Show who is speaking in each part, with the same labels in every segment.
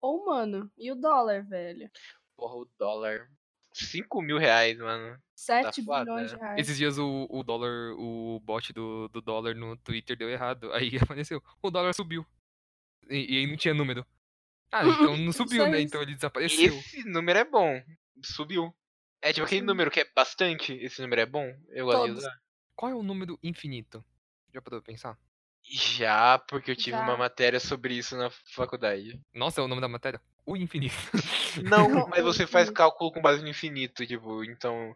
Speaker 1: Ou, mano, e o dólar, velho?
Speaker 2: Tá
Speaker 3: Porra, o dólar. 5 mil reais, mano.
Speaker 1: 7
Speaker 3: foda.
Speaker 2: né?
Speaker 1: bilhões de reais.
Speaker 2: Esses dias o, o dólar, o bot do, do dólar no Twitter deu errado. Aí apareceu, o dólar subiu. E, e aí não tinha número. Ah, então não subiu, né?
Speaker 1: isso.
Speaker 2: Então ele desapareceu.
Speaker 3: Esse número é bom. Subiu. É tipo aquele
Speaker 1: Subiu.
Speaker 3: número que é bastante. Esse número é bom. Eu gosto de
Speaker 1: Todos.
Speaker 3: usar.
Speaker 2: Qual é o número infinito? Já parou pra pensar?
Speaker 3: Já, porque eu tive
Speaker 1: Já.
Speaker 3: uma matéria sobre isso na faculdade.
Speaker 2: Nossa, é o nome da matéria? O infinito.
Speaker 3: Não,
Speaker 1: Não,
Speaker 3: mas
Speaker 1: o
Speaker 3: você faz
Speaker 1: infinito.
Speaker 3: cálculo com base no infinito, tipo, então.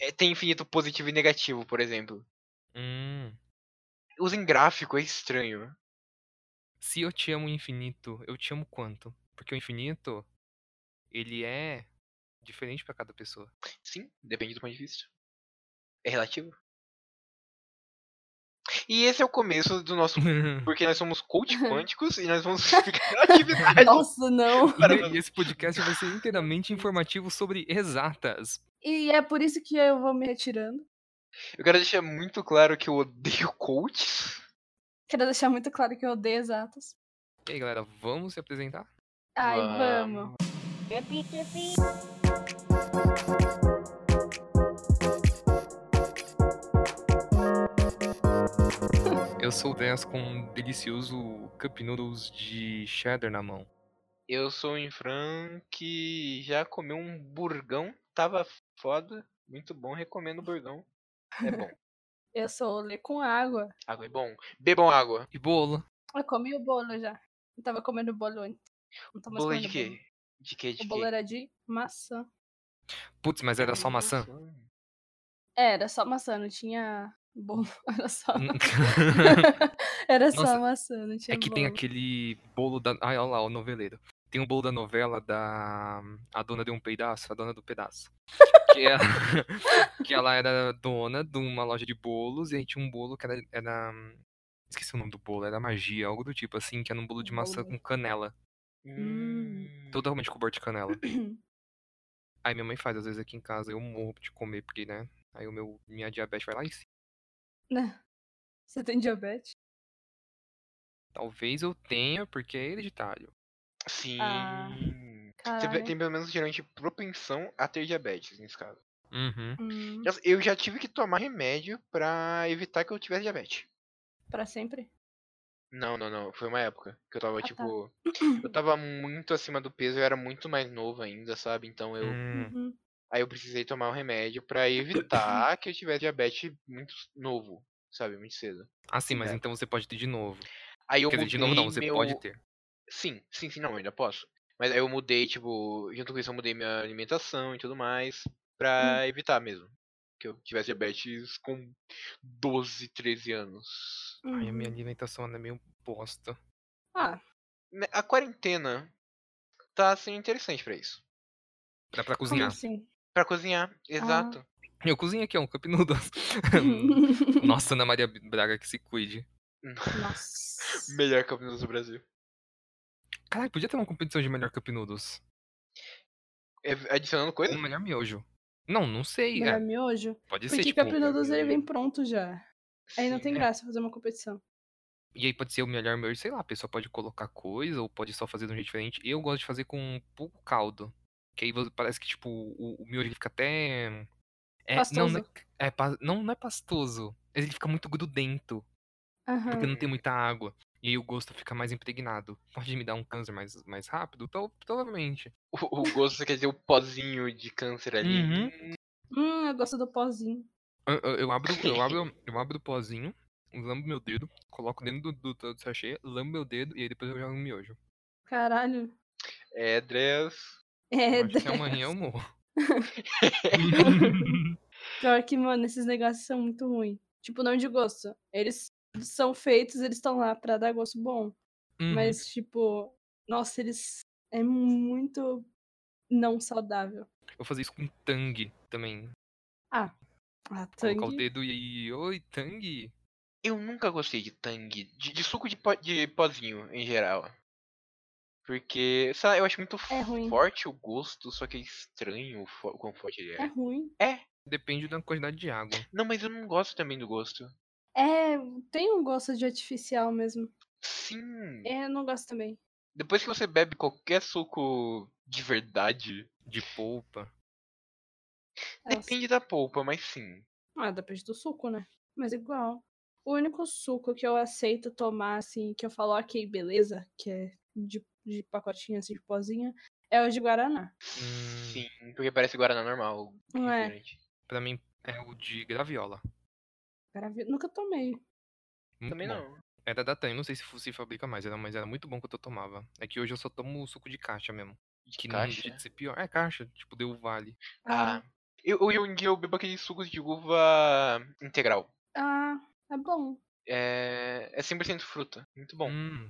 Speaker 3: é- Tem infinito positivo e negativo, por exemplo.
Speaker 2: hum,
Speaker 3: Usem gráfico, é estranho.
Speaker 2: se eu te amo infinito, eu te amo quanto? Porque o infinito, ele é diferente pra cada pessoa.
Speaker 3: Sim, depende do ponto de vista. É relativo. E esse é o começo do nosso. Porque nós somos coach quânticos e nós vamos explicar a relatividade.
Speaker 1: Nossa, não.
Speaker 3: Para-
Speaker 2: E esse podcast vai ser inteiramente informativo sobre exatas.
Speaker 1: E é por isso que eu vou me retirando.
Speaker 3: Eu quero deixar muito claro que eu odeio coaches.
Speaker 1: Quero deixar muito claro que eu odeio exatas.
Speaker 2: E aí, galera, vamos se apresentar?
Speaker 1: Ai,
Speaker 3: Vamos.
Speaker 1: vamos.
Speaker 2: Eu sou o Dance com um delicioso Cup Noodles de cheddar na mão.
Speaker 3: Eu sou um Fran que já comeu um burgão. Tava foda. Muito bom, recomendo o burgão. É bom.
Speaker 1: Eu sou o Lê com água.
Speaker 3: Água é bom. Bebam água.
Speaker 2: E bolo.
Speaker 1: Eu comi o bolo já. Eu tava comendo bolo antes. Não tô mais
Speaker 3: Bolo é de
Speaker 1: comendo
Speaker 3: quê? De quê? De
Speaker 1: O bolo é
Speaker 3: quê?
Speaker 1: era de maçã.
Speaker 2: Putz, mas era só maçã?
Speaker 1: É, Era só maçã, não tinha bolo. Era só. Era só
Speaker 2: Hum. Nossa,
Speaker 1: maçã, não tinha
Speaker 2: É que tem
Speaker 1: bolo.
Speaker 2: aquele bolo da. Ai, olha lá, o noveleiro. Tem um bolo da novela da. A dona de um pedaço, a dona do pedaço. Que ela, que ela era dona de uma loja de bolos e aí tinha um bolo que era. era... Esqueci o nome do bolo, era magia, algo do tipo assim, que era um bolo de maçã
Speaker 1: Bolo.
Speaker 2: com canela.
Speaker 3: Hum.
Speaker 2: Totalmente coberto de canela. Aí minha mãe faz, às vezes aqui em casa, eu morro de comer, porque, né? Aí o meu, minha diabetes vai lá em cima.
Speaker 1: Você tem diabetes?
Speaker 2: Talvez eu tenha, porque é hereditário.
Speaker 3: Sim.
Speaker 1: Ah,
Speaker 3: Você
Speaker 1: Caralho.
Speaker 3: pe- tem pelo menos geralmente propensão a ter diabetes nesse caso.
Speaker 2: Uhum.
Speaker 1: Hum,
Speaker 3: Já- Eu já tive que tomar remédio pra evitar que eu tivesse diabetes.
Speaker 1: pra sempre?
Speaker 3: Não, não, não. Foi uma época que eu tava,
Speaker 1: Ah, tá.
Speaker 3: tipo. Eu tava muito acima do peso, eu era muito mais novo ainda, sabe? Então eu.
Speaker 2: Hum.
Speaker 1: Uhum.
Speaker 3: Aí eu precisei tomar um remédio pra evitar que eu tivesse diabetes muito novo, sabe? Muito cedo.
Speaker 2: Ah, sim, mas
Speaker 3: É.
Speaker 2: então você pode ter de novo.
Speaker 3: Aí eu
Speaker 2: Quer dizer, de novo não,
Speaker 3: mudei
Speaker 2: você
Speaker 3: meu-
Speaker 2: pode ter.
Speaker 3: Sim, sim, sim, não, eu ainda posso. Mas aí eu mudei, tipo, junto com isso eu mudei minha alimentação e tudo mais,
Speaker 2: Hum.
Speaker 3: pra evitar mesmo. Que eu tivesse diabetes com 12, 13 anos.
Speaker 2: Ai, a minha
Speaker 1: Uhum.
Speaker 2: alimentação ela é meio bosta.
Speaker 1: Ah,
Speaker 3: Né, A quarentena tá sendo interessante pra isso.
Speaker 2: Dá pra
Speaker 1: como
Speaker 2: cozinhar.
Speaker 1: assim?
Speaker 3: Pra cozinhar,
Speaker 1: Ah.
Speaker 3: exato.
Speaker 2: Eu cozinho aqui, ó, um cup noodles. Nossa, Ana Maria Braga, que se cuide.
Speaker 1: Nossa.
Speaker 3: Melhor campeonato do Brasil.
Speaker 2: Caralho, podia ter uma competição de melhor cup noodles.
Speaker 3: É, adicionando coisa?
Speaker 2: O melhor miojo. Não, não sei.
Speaker 1: Melhor
Speaker 2: é,
Speaker 1: miojo.
Speaker 2: pode ser,
Speaker 1: Porque
Speaker 2: tipo...
Speaker 1: Cup Noodles ele vem pronto já. Aí não
Speaker 3: Sim.
Speaker 2: é.
Speaker 1: tem graça fazer uma competição.
Speaker 2: E aí pode ser o melhor miojo, sei lá, a pessoa pode colocar coisa ou pode só fazer de um jeito diferente. Eu gosto de fazer com um pouco caldo. Que aí vo- parece que, tipo, o, o miojo ele fica até... É, Não, não,
Speaker 1: Pastoso.
Speaker 2: é, é pa- não, não é pastoso. mas Ele fica muito grudento. porque
Speaker 1: Aham.
Speaker 2: não tem muita água. E aí o gosto fica mais impregnado. Pode me dar um câncer mais, mais rápido? Tal- Provavelmente.
Speaker 3: O, o gosto quer dizer o pozinho de câncer ali.
Speaker 2: Uhum.
Speaker 1: Hum, eu gosto do pozinho.
Speaker 2: Eu, eu- eu abro, eu, abro, eu abro o pozinho, lambo meu dedo, coloco dentro do, do, do sachê, lambo meu dedo e aí depois eu jogo no miojo.
Speaker 1: Caralho.
Speaker 3: É, Dres.
Speaker 1: É,
Speaker 2: Acho que amanhã Uhum. eu morro. um
Speaker 1: pior que, mano, esses negócios são muito ruins. Tipo, não de gosto. Eles são feitos, eles estão lá pra dar gosto bom.
Speaker 2: Uhum.
Speaker 1: Mas, tipo, nossa, eles. É muito não saudável.
Speaker 2: Eu fazia isso com tangue também.
Speaker 1: Ah,
Speaker 2: Colocar o
Speaker 1: tangue.
Speaker 2: dedo e aí. Oi, tangue!
Speaker 3: Eu nunca gostei de tangue. De, de suco de, po- de pozinho, em geral. Porque, sei lá, eu acho muito
Speaker 1: É ruim.
Speaker 3: forte o gosto, só que é estranho o, fo- o quão forte ele
Speaker 1: É
Speaker 3: é.
Speaker 1: ruim.
Speaker 2: Depende da quantidade de água.
Speaker 3: Não, mas eu não gosto também do gosto.
Speaker 1: É, tem um gosto de artificial mesmo.
Speaker 3: Sim.
Speaker 1: É, eu não gosto também.
Speaker 3: Depois que você bebe qualquer suco de verdade,
Speaker 2: De polpa.
Speaker 1: Nossa.
Speaker 2: É
Speaker 3: depende da polpa, mas sim.
Speaker 1: Ah, depende do suco, né? Mas igual. O único suco que eu aceito tomar, assim, que eu falo, ok, beleza, que é de, de pacotinho, assim, de pozinha, é o de Guaraná.
Speaker 2: Hum.
Speaker 3: Sim, porque parece Guaraná normal.
Speaker 1: Não é?
Speaker 3: refrigerante.
Speaker 2: Pra mim é o de graviola.
Speaker 1: Maravilha. Nunca tomei.
Speaker 2: Muito
Speaker 3: Também
Speaker 2: bom.
Speaker 3: não.
Speaker 2: Era da Tan, não sei se fu- se fabrica mais, era, mas era muito bom quando eu tomava. É que hoje eu só tomo suco de caixa mesmo.
Speaker 3: De
Speaker 2: Que não deixa
Speaker 3: caixa.
Speaker 2: de ser pior. É caixa, tipo, deu vale.
Speaker 3: Ah. Eu, eu, eu, um dia eu bebo aquele suco de uva integral.
Speaker 1: Ah, é bom.
Speaker 3: É, é 100% fruta. Muito bom.
Speaker 2: Hum,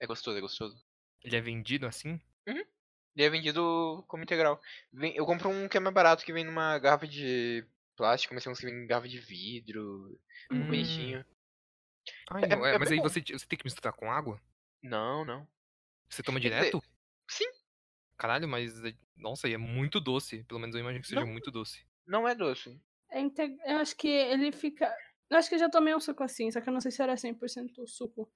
Speaker 3: É gostoso, é gostoso.
Speaker 2: ele é vendido assim?
Speaker 3: Ele é vendido como integral. Vem- eu compro um que é mais barato, que vem numa garrafa de plástico, mas tem uns que vem em garrafa de vidro.
Speaker 1: Hum.
Speaker 3: Bonitinho.
Speaker 2: Ai,
Speaker 3: É-
Speaker 2: não, é,
Speaker 3: é
Speaker 2: mas
Speaker 3: bem
Speaker 2: aí
Speaker 3: bom.
Speaker 2: você, ti- você tem que misturar com água?
Speaker 3: Não, não.
Speaker 2: Você toma
Speaker 3: Quer dizer,
Speaker 2: direto?
Speaker 3: sim.
Speaker 2: Caralho, mas. é- Nossa, e é muito doce. Pelo menos eu imagino que seja
Speaker 3: Não.
Speaker 2: muito doce.
Speaker 3: Não é doce.
Speaker 1: É inte- Eu acho que ele fica. Eu acho que eu já tomei um suco assim, só que eu não sei se era 100% suco.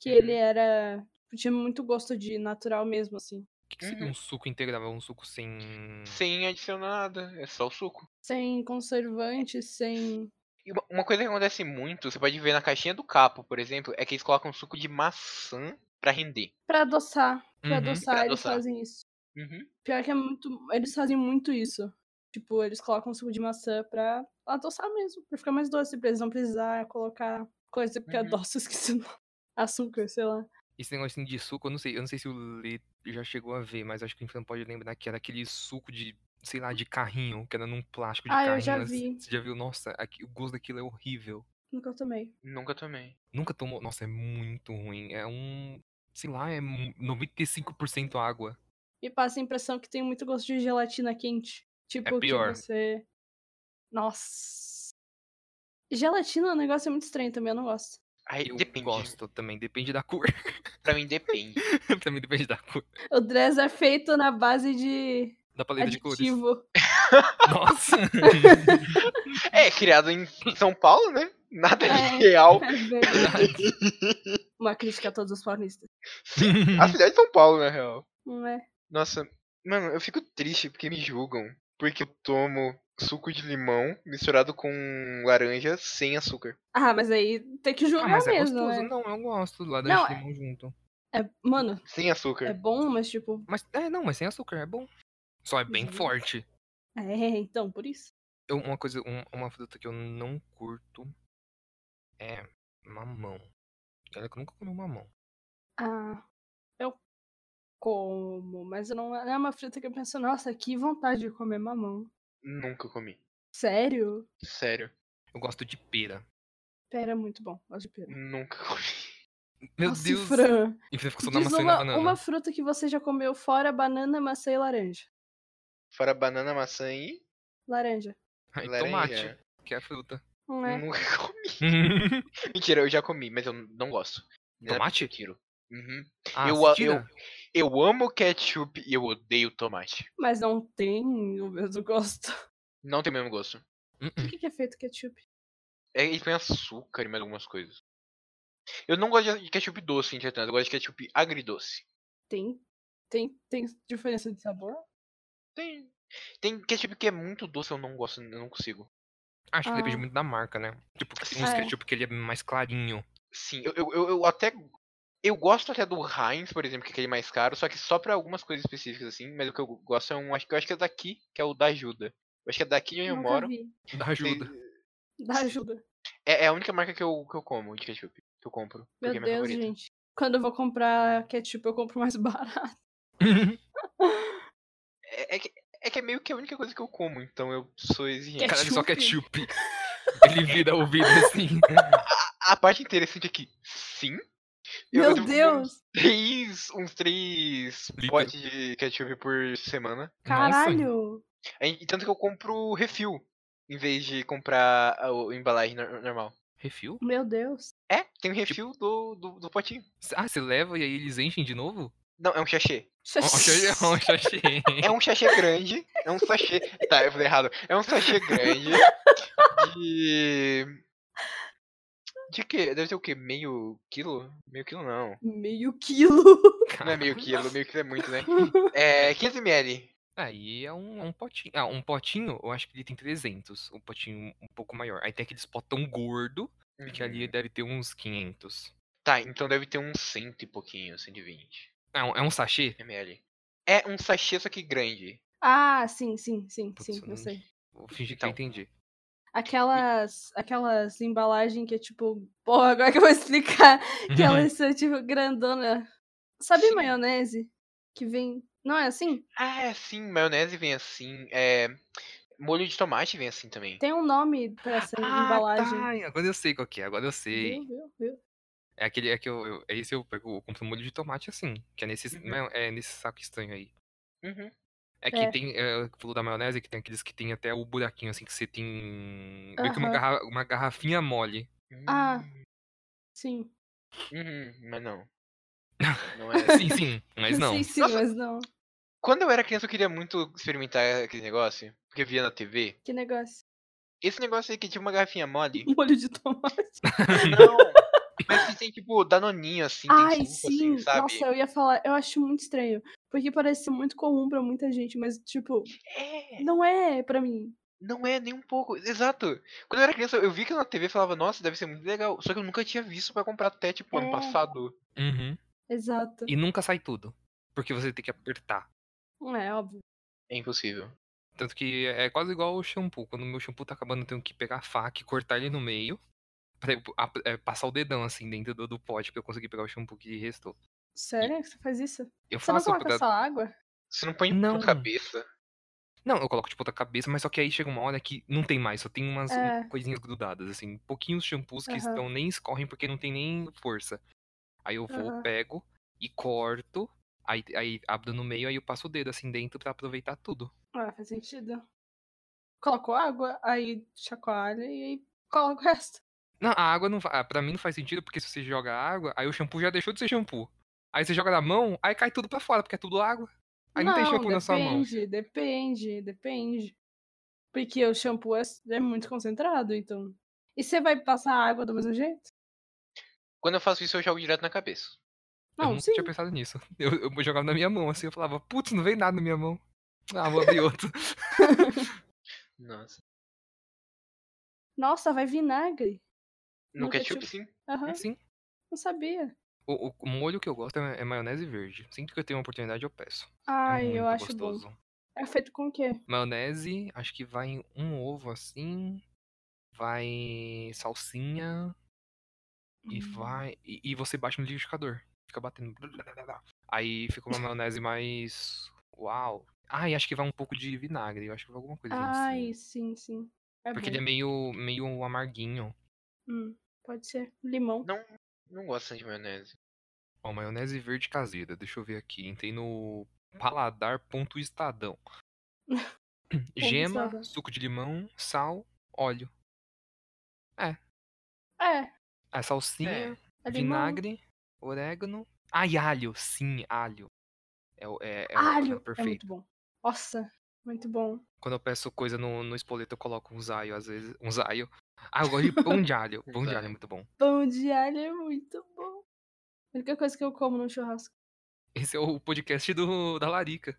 Speaker 1: Que ele era. Tinha muito gosto de natural mesmo, assim.
Speaker 2: O que, que seria
Speaker 3: Uhum.
Speaker 2: um suco integral? É um suco sem.
Speaker 3: Sem adicionar nada. É só o suco.
Speaker 1: Sem conservante, sem.
Speaker 3: E uma- uma coisa que acontece muito, você pode ver na caixinha do capo, por exemplo, é que eles colocam suco de maçã pra render.
Speaker 1: Pra adoçar. Pra
Speaker 3: é
Speaker 2: Uhum.
Speaker 1: adoçar,
Speaker 3: pra
Speaker 1: eles
Speaker 3: adoçar.
Speaker 1: fazem isso.
Speaker 3: Uhum.
Speaker 1: Pior que é muito. Eles fazem muito isso. Tipo, eles colocam suco de maçã pra adoçar mesmo, pra ficar mais doce, pra eles não precisar colocar coisa que
Speaker 3: Uhum.
Speaker 1: adoça, esqueci o nome. Açúcar, sei lá.
Speaker 2: Esse negocinho de suco, eu não sei. Eu não sei se o Lê já chegou a ver, mas acho que o Infran pode lembrar que era aquele suco de, sei lá, de carrinho, que era num plástico de
Speaker 1: Ah,
Speaker 2: carrinho.
Speaker 1: eu já
Speaker 2: mas
Speaker 1: vi.
Speaker 2: Você já viu? Nossa, aqui- o gosto daquilo é horrível.
Speaker 1: Nunca tomei.
Speaker 3: Nunca tomei.
Speaker 2: Nunca tomou. Nossa, é muito ruim. É um. Sei lá, é mu- 95% água.
Speaker 1: me passa a impressão que tem muito gosto de gelatina quente. Tipo,
Speaker 2: pior.
Speaker 1: que você. Nossa. Gelatina é um negócio muito estranho também, eu não gosto.
Speaker 3: Aí
Speaker 2: Eu
Speaker 3: depende.
Speaker 2: gosto também, depende da cor.
Speaker 3: Pra mim depende.
Speaker 2: também depende da cor.
Speaker 1: O dress é feito na base de
Speaker 2: Da paleta de cores.
Speaker 1: aditivo.
Speaker 2: Nossa!
Speaker 3: é, criado em São Paulo, né? Nada
Speaker 1: É.
Speaker 3: de real.
Speaker 1: É verdade. Uma crítica a todos os paulistas.
Speaker 3: A cidade de São Paulo, na real.
Speaker 1: Não é?
Speaker 3: Nossa, mano, eu fico triste porque me julgam. Porque eu tomo suco de limão misturado com laranja sem açúcar.
Speaker 1: Ah, mas aí tem que
Speaker 2: ah,
Speaker 1: julgar
Speaker 2: mas é
Speaker 1: mesmo,
Speaker 2: gostoso.
Speaker 1: né?
Speaker 2: Não, eu gosto. Laranja
Speaker 1: Não,
Speaker 2: e
Speaker 1: é-
Speaker 2: limão junto.
Speaker 1: É, mano,
Speaker 3: Sem
Speaker 1: é
Speaker 3: açúcar.
Speaker 1: bom, mas tipo.
Speaker 2: Mas é, não, mas sem açúcar é bom. Só é bem
Speaker 1: Justo.
Speaker 2: forte.
Speaker 1: É, então, por isso.
Speaker 2: Eu- uma coisa, um- uma fruta que eu não curto é mamão. Olha que eu nunca comi um mamão.
Speaker 1: Ah, eu como, mas eu não, não é uma fruta que eu penso, nossa, que vontade de comer mamão.
Speaker 3: Nunca comi.
Speaker 1: Sério?
Speaker 3: Sério.
Speaker 2: Eu gosto de pera.
Speaker 1: Pera é muito bom, gosto de pera.
Speaker 3: Nunca comi.
Speaker 2: Meu
Speaker 1: Nossa,
Speaker 2: Deus!
Speaker 1: Fran,
Speaker 2: E você ficou só na
Speaker 1: diz
Speaker 2: maçã e na
Speaker 1: uma,
Speaker 2: banana.
Speaker 1: uma fruta que você já comeu fora banana, maçã e laranja.
Speaker 3: Fora banana, maçã e
Speaker 1: Laranja,
Speaker 2: Ah, e
Speaker 3: laranja.
Speaker 2: tomate, que é a fruta.
Speaker 1: não
Speaker 2: Hum.
Speaker 1: é?
Speaker 3: Nunca comi. Mentira, eu já comi, mas eu n- não é gosto. Nem na
Speaker 2: Tomate?
Speaker 3: Tiro. Uhum.
Speaker 2: ah,
Speaker 3: Eu
Speaker 2: você
Speaker 3: a-
Speaker 2: tira?
Speaker 3: Eu amo ketchup e eu odeio tomate.
Speaker 1: Mas não tem o mesmo gosto.
Speaker 3: Não tem o mesmo gosto.
Speaker 2: Hum,
Speaker 1: Por
Speaker 2: hum.
Speaker 1: que, que é feito ketchup?
Speaker 3: É, ele põe açúcar e mais algumas coisas. Eu não gosto de- de ketchup doce, entretanto. Eu gosto de ketchup agridoce.
Speaker 1: Tem, tem, tem diferença de sabor?
Speaker 3: Tem. Tem ketchup que é muito doce, eu não gosto, eu não consigo.
Speaker 2: Acho que depende
Speaker 1: Ah.
Speaker 2: muito da marca, né? Tipo, que tem uns
Speaker 1: É.
Speaker 2: ketchup que ele é mais clarinho.
Speaker 3: Sim, eu, eu, eu- eu até. Eu gosto até do Heinz, por exemplo, que é aquele mais caro, só que só pra algumas coisas específicas, assim. Mas o que eu gosto é um. Acho que eu acho que é daqui, que é o da ajuda. Eu acho que é daqui onde eu
Speaker 1: Nunca
Speaker 3: moro.
Speaker 1: vi.
Speaker 2: Dá
Speaker 3: Tem-
Speaker 2: ajuda.
Speaker 1: Dá ajuda.
Speaker 3: É, é a única marca que eu, que eu como de ketchup. Que eu compro.
Speaker 1: Meu
Speaker 3: porque é minha
Speaker 1: Deus,
Speaker 3: favorita.
Speaker 1: gente. Quando eu vou comprar ketchup, eu compro mais barato.
Speaker 3: É, é que, é que é meio que a única coisa que eu como, então eu sou exigente.
Speaker 2: Caralho, só
Speaker 1: Ketchup.
Speaker 2: ketchup. ele vira o ouvido assim.
Speaker 3: A parte interessante é que, sim.
Speaker 1: Meu
Speaker 3: devo comer Uns
Speaker 1: Deus!
Speaker 3: três, uns três
Speaker 2: Litro.
Speaker 3: potes de ketchup por semana.
Speaker 2: Nossa,
Speaker 1: Caralho!
Speaker 3: Aí- E tanto que eu compro refil, em vez de comprar a o- embalagem nor- normal.
Speaker 2: refil?
Speaker 1: Meu Deus!
Speaker 3: É, tem o refil do, do, do potinho.
Speaker 2: Ah, você leva e aí eles enchem de novo?
Speaker 3: Não, é um sachê.
Speaker 2: Ó, achei- ó, achei.
Speaker 3: É um sachê grande. É um sachê. Tá, eu falei errado. É um sachê grande de. De que? Deve ser o quê? Meio quilo? Meio quilo não.
Speaker 1: Meio quilo.
Speaker 3: Não é meio quilo, meio quilo é muito, né? É 500ml.
Speaker 2: Aí é um, é um potinho. Ah, um potinho, eu acho que ele tem 300. Um potinho um pouco maior. Aí tem aqueles potão gordo, que
Speaker 1: Uhum.
Speaker 2: ali
Speaker 3: Uhum.
Speaker 2: deve ter uns 500.
Speaker 3: Tá, então deve ter uns 100 e pouquinho, 120
Speaker 2: É um, é um sachê?
Speaker 3: ml. É um sachê, só que grande.
Speaker 1: Ah, sim, sim, sim,
Speaker 2: Putz, né?
Speaker 1: sim,
Speaker 2: eu
Speaker 1: eu
Speaker 2: não-
Speaker 1: sei.
Speaker 2: Vou fingir
Speaker 3: Então.
Speaker 2: que eu entendi.
Speaker 1: Aquelas, aquelas embalagens que é tipo, porra, agora que eu vou explicar. Que
Speaker 2: Uhum.
Speaker 1: elas são tipo grandona. Sabe
Speaker 3: Sim.
Speaker 1: maionese? Que vem. Não é assim?
Speaker 3: Ah, é assim, maionese vem assim. É... Molho de tomate vem assim também.
Speaker 1: Tem um nome pra essa
Speaker 2: Ah,
Speaker 1: embalagem.
Speaker 2: tá. Agora eu sei qual que é, agora eu sei.
Speaker 1: Viu, viu, viu?
Speaker 2: É aquele, é que eu, eu- é esse eu pego, eu compro molho de tomate assim, que é nesse,
Speaker 3: Uhum.
Speaker 2: maio- é nesse saco estranho aí.
Speaker 3: Uhum.
Speaker 2: É que
Speaker 1: É.
Speaker 2: tem, é, que falou da maionese, que tem aqueles que tem até o buraquinho assim, que você tem meio que uma,
Speaker 1: Aham.
Speaker 2: garra- uma garrafinha mole.
Speaker 1: Ah.
Speaker 2: Hum.
Speaker 1: Sim.
Speaker 3: Uhum, mas não. Não é.
Speaker 2: Sim, sim, mas não.
Speaker 1: Sim, sim,
Speaker 3: Nossa.
Speaker 1: mas não.
Speaker 3: Quando eu era criança, eu queria muito experimentar aquele negócio, porque eu via na TV.
Speaker 1: Que negócio.
Speaker 3: Esse negócio aí que tinha uma garrafinha mole.
Speaker 1: Molho de tomate.
Speaker 3: Não! Mas que tem tipo danoninho assim, tem
Speaker 1: Ai,
Speaker 3: suco,
Speaker 1: sim.
Speaker 3: assim, sabe?
Speaker 1: Nossa, eu ia falar. Eu acho muito estranho. Porque parece ser muito comum pra muita gente, mas, tipo,
Speaker 3: É,
Speaker 1: não é pra mim.
Speaker 3: não é nem um pouco. Exato. Quando eu era criança, eu vi que na TV e falava, nossa, deve ser muito legal. Só que eu nunca tinha visto pra comprar até tipo ano
Speaker 1: É.
Speaker 3: passado.
Speaker 2: Uhum.
Speaker 1: Exato.
Speaker 2: E nunca sai tudo, porque você tem que apertar.
Speaker 1: É, óbvio.
Speaker 3: É impossível.
Speaker 2: Tanto que é quase igual o shampoo. Quando o meu shampoo tá acabando, eu tenho que pegar a faca e cortar ele no meio. Pra eu ap- é, passar o dedão assim dentro do, do pote pra eu conseguir pegar o shampoo que restou.
Speaker 1: Sério que você faz isso?
Speaker 2: Eu
Speaker 1: Você não
Speaker 2: faço
Speaker 1: coloca
Speaker 2: pra-
Speaker 1: só água?
Speaker 3: Você não põe
Speaker 2: Não.
Speaker 3: na cabeça.
Speaker 2: Não, eu coloco de ponta cabeça, mas só que aí chega uma hora que não tem mais, só tem umas um-
Speaker 1: É.
Speaker 2: coisinhas grudadas, assim, pouquinhos shampoos que
Speaker 1: Aham.
Speaker 2: estão nem escorrem porque não tem nem força. Aí eu vou,
Speaker 1: Aham.
Speaker 2: pego e corto, aí, aí abro no meio, aí eu passo o dedo assim dentro pra aproveitar tudo.
Speaker 1: Ah, faz sentido. Colocou água, aí chacoalha e aí coloca o resto.
Speaker 2: Não, a água não vai, para mim não faz sentido porque se você joga água, aí o shampoo já deixou de ser shampoo. Aí você joga na mão, aí cai tudo pra fora porque é tudo água. Aí não, tem shampoo
Speaker 1: depende,
Speaker 2: na sua mão.
Speaker 1: Depende, depende. Porque o shampoo é, é muito concentrado, então. E você vai passar a água do mesmo jeito?
Speaker 3: Quando eu faço isso, eu jogo direto na cabeça.
Speaker 2: Uhum, eu
Speaker 1: Não,
Speaker 2: nunca
Speaker 1: sim.
Speaker 2: tinha pensado nisso. Eu, eu jogava na minha mão, assim, eu falava, putz, não veio nada na minha mão. Ah, vou abrir outro.
Speaker 3: Nossa.
Speaker 1: Nossa, vai vinagre.
Speaker 3: No,
Speaker 1: No
Speaker 3: ketchup,
Speaker 1: ketchup.
Speaker 3: sim.
Speaker 1: Aham,
Speaker 2: Sim.
Speaker 1: não sabia.
Speaker 2: O, o- o molho que eu gosto é, é maionese verde. Sempre que eu tenho uma oportunidade, eu peço. É
Speaker 1: Ai, eu
Speaker 2: muito
Speaker 1: acho bom.
Speaker 2: gostoso.
Speaker 1: É feito com o quê?
Speaker 2: Maionese, acho que vai um ovo assim. Vai salsinha e
Speaker 1: Hum.
Speaker 2: vai. E, e você bate no liquidificador. Fica batendo. blá, blá, blá, blá. Aí fica uma maionese mais. Uau! Ah, e acho que vai um pouco de vinagre. Eu acho que vai alguma coisa
Speaker 1: Ai,
Speaker 2: assim.
Speaker 1: sim, sim. Ah, É
Speaker 2: Porque
Speaker 1: bom.
Speaker 2: ele é meio, meio amarguinho.
Speaker 1: Hum, pode ser. Limão.
Speaker 3: Não, não gosto tanto de maionese.
Speaker 2: Ó, maionese verde caseira. Deixa eu ver aqui. Entrei no paladar.estadão. Gema,
Speaker 1: estadão.
Speaker 2: suco de limão, sal, óleo.
Speaker 1: É,
Speaker 2: A salsinha,
Speaker 1: é limão.
Speaker 2: vinagre, orégano. Ah, e alho. Sim, alho. É, o- é, é o- é o
Speaker 1: Alho. É
Speaker 2: perfeito.
Speaker 1: muito bom. Nossa, muito bom.
Speaker 2: Quando eu peço coisa no, no espoleto, eu coloco um zaio, às vezes. Um zaio. Ah, eu gosto de pão de alho. Pão de alho é
Speaker 3: Zaio.
Speaker 2: muito bom.
Speaker 1: Pão de alho é muito bom. A única coisa que eu como no churrasco.
Speaker 2: Esse é o podcast do, da Larica.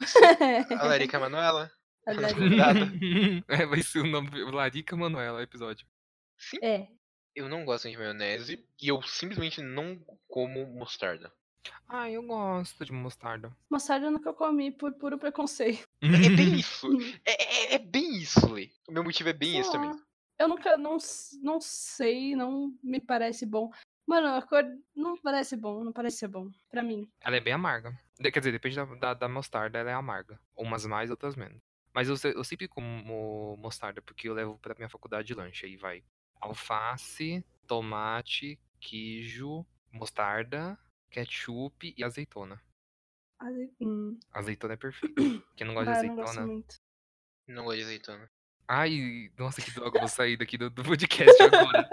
Speaker 1: é
Speaker 3: A Larica Manuela?
Speaker 1: Adoro.
Speaker 3: Nada.
Speaker 2: é, vai ser o nome. Larica Manuela, episódio.
Speaker 3: Sim.
Speaker 1: É.
Speaker 3: Eu não gosto de maionese e eu simplesmente não como mostarda.
Speaker 2: Ah, eu gosto de mostarda.
Speaker 1: Mostarda eu nunca comi por puro preconceito.
Speaker 3: É bem isso. É, é- é bem isso, Lê. O meu motivo é bem
Speaker 1: Sei
Speaker 3: esse também.
Speaker 1: lá. Ah, Eu nunca, não, s- não sei, não me parece bom. Mano, a cor não parece bom, não parece ser bom. Pra mim.
Speaker 2: Ela é bem amarga. De- Quer dizer, depende da, da, da mostarda, ela é amarga. Umas mais, outras menos. Mas eu, se- eu sempre como mostarda, porque eu levo pra minha faculdade de lanche. Aí vai alface, tomate, queijo, mostarda, ketchup e azeitona.
Speaker 1: Aze- Hum,
Speaker 2: Azeitona é perfeita. Quem não gosta
Speaker 1: ah,
Speaker 2: de
Speaker 1: não gosto
Speaker 2: azeitona.
Speaker 1: muito.
Speaker 3: Não gosto de azeitona.
Speaker 2: Ai, nossa, que droga, eu vou sair daqui do, do podcast agora.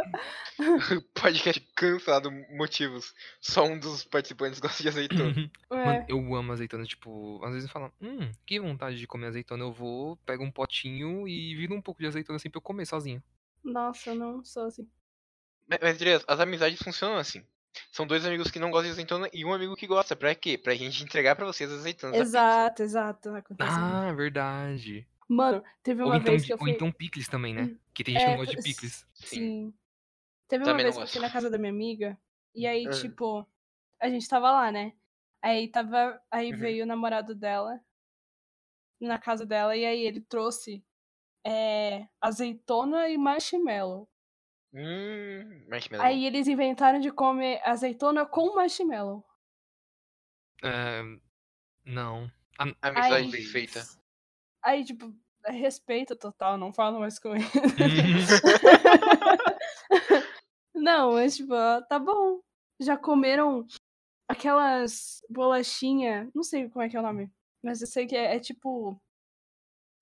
Speaker 3: Podcast cansado, motivos. Só um dos participantes gosta de azeitona.
Speaker 2: Mano,
Speaker 1: É,
Speaker 2: eu amo azeitona, tipo, às vezes eu falo, hum, que vontade de comer azeitona. Eu vou, pego um potinho e viro um pouco de azeitona assim pra eu comer sozinho.
Speaker 1: nossa, não sou assim.
Speaker 3: Mas, mas Andreas, as amizades funcionam assim. São dois amigos que não gostam de azeitona e um amigo que gosta. Pra quê? Pra gente entregar pra vocês as azeitonas. da pizza.
Speaker 1: Exato, exato. Acontece. muito.
Speaker 2: Ah, é verdade.
Speaker 1: Mano, teve
Speaker 2: Ou
Speaker 1: Assim. uma
Speaker 2: então,
Speaker 1: vez que
Speaker 2: de-
Speaker 1: eu
Speaker 2: ou
Speaker 1: fui.
Speaker 2: então picles também, né? Que tem gente
Speaker 1: É,
Speaker 2: que não gosta de
Speaker 1: s-
Speaker 2: picles.
Speaker 1: Sim. Teve uma
Speaker 3: Também não
Speaker 1: vez que eu
Speaker 3: gosto.
Speaker 1: fui na casa da minha amiga, e aí,
Speaker 3: Ah.
Speaker 1: tipo, a gente tava lá, né? Aí tava. Aí
Speaker 3: Uhum.
Speaker 1: veio o namorado dela na casa dela, e aí ele trouxe é, azeitona e marshmallow.
Speaker 3: Hum, marshmallow.
Speaker 1: Aí eles inventaram de comer azeitona com marshmallow.
Speaker 2: É, não.
Speaker 3: Amizade
Speaker 1: Ai.
Speaker 3: perfeita.
Speaker 1: Aí, tipo, respeito total, não falo mais com ele. Não, mas tipo, ah, tá bom. Já comeram aquelas bolachinha, não sei como é que é o nome, mas eu sei que é, é tipo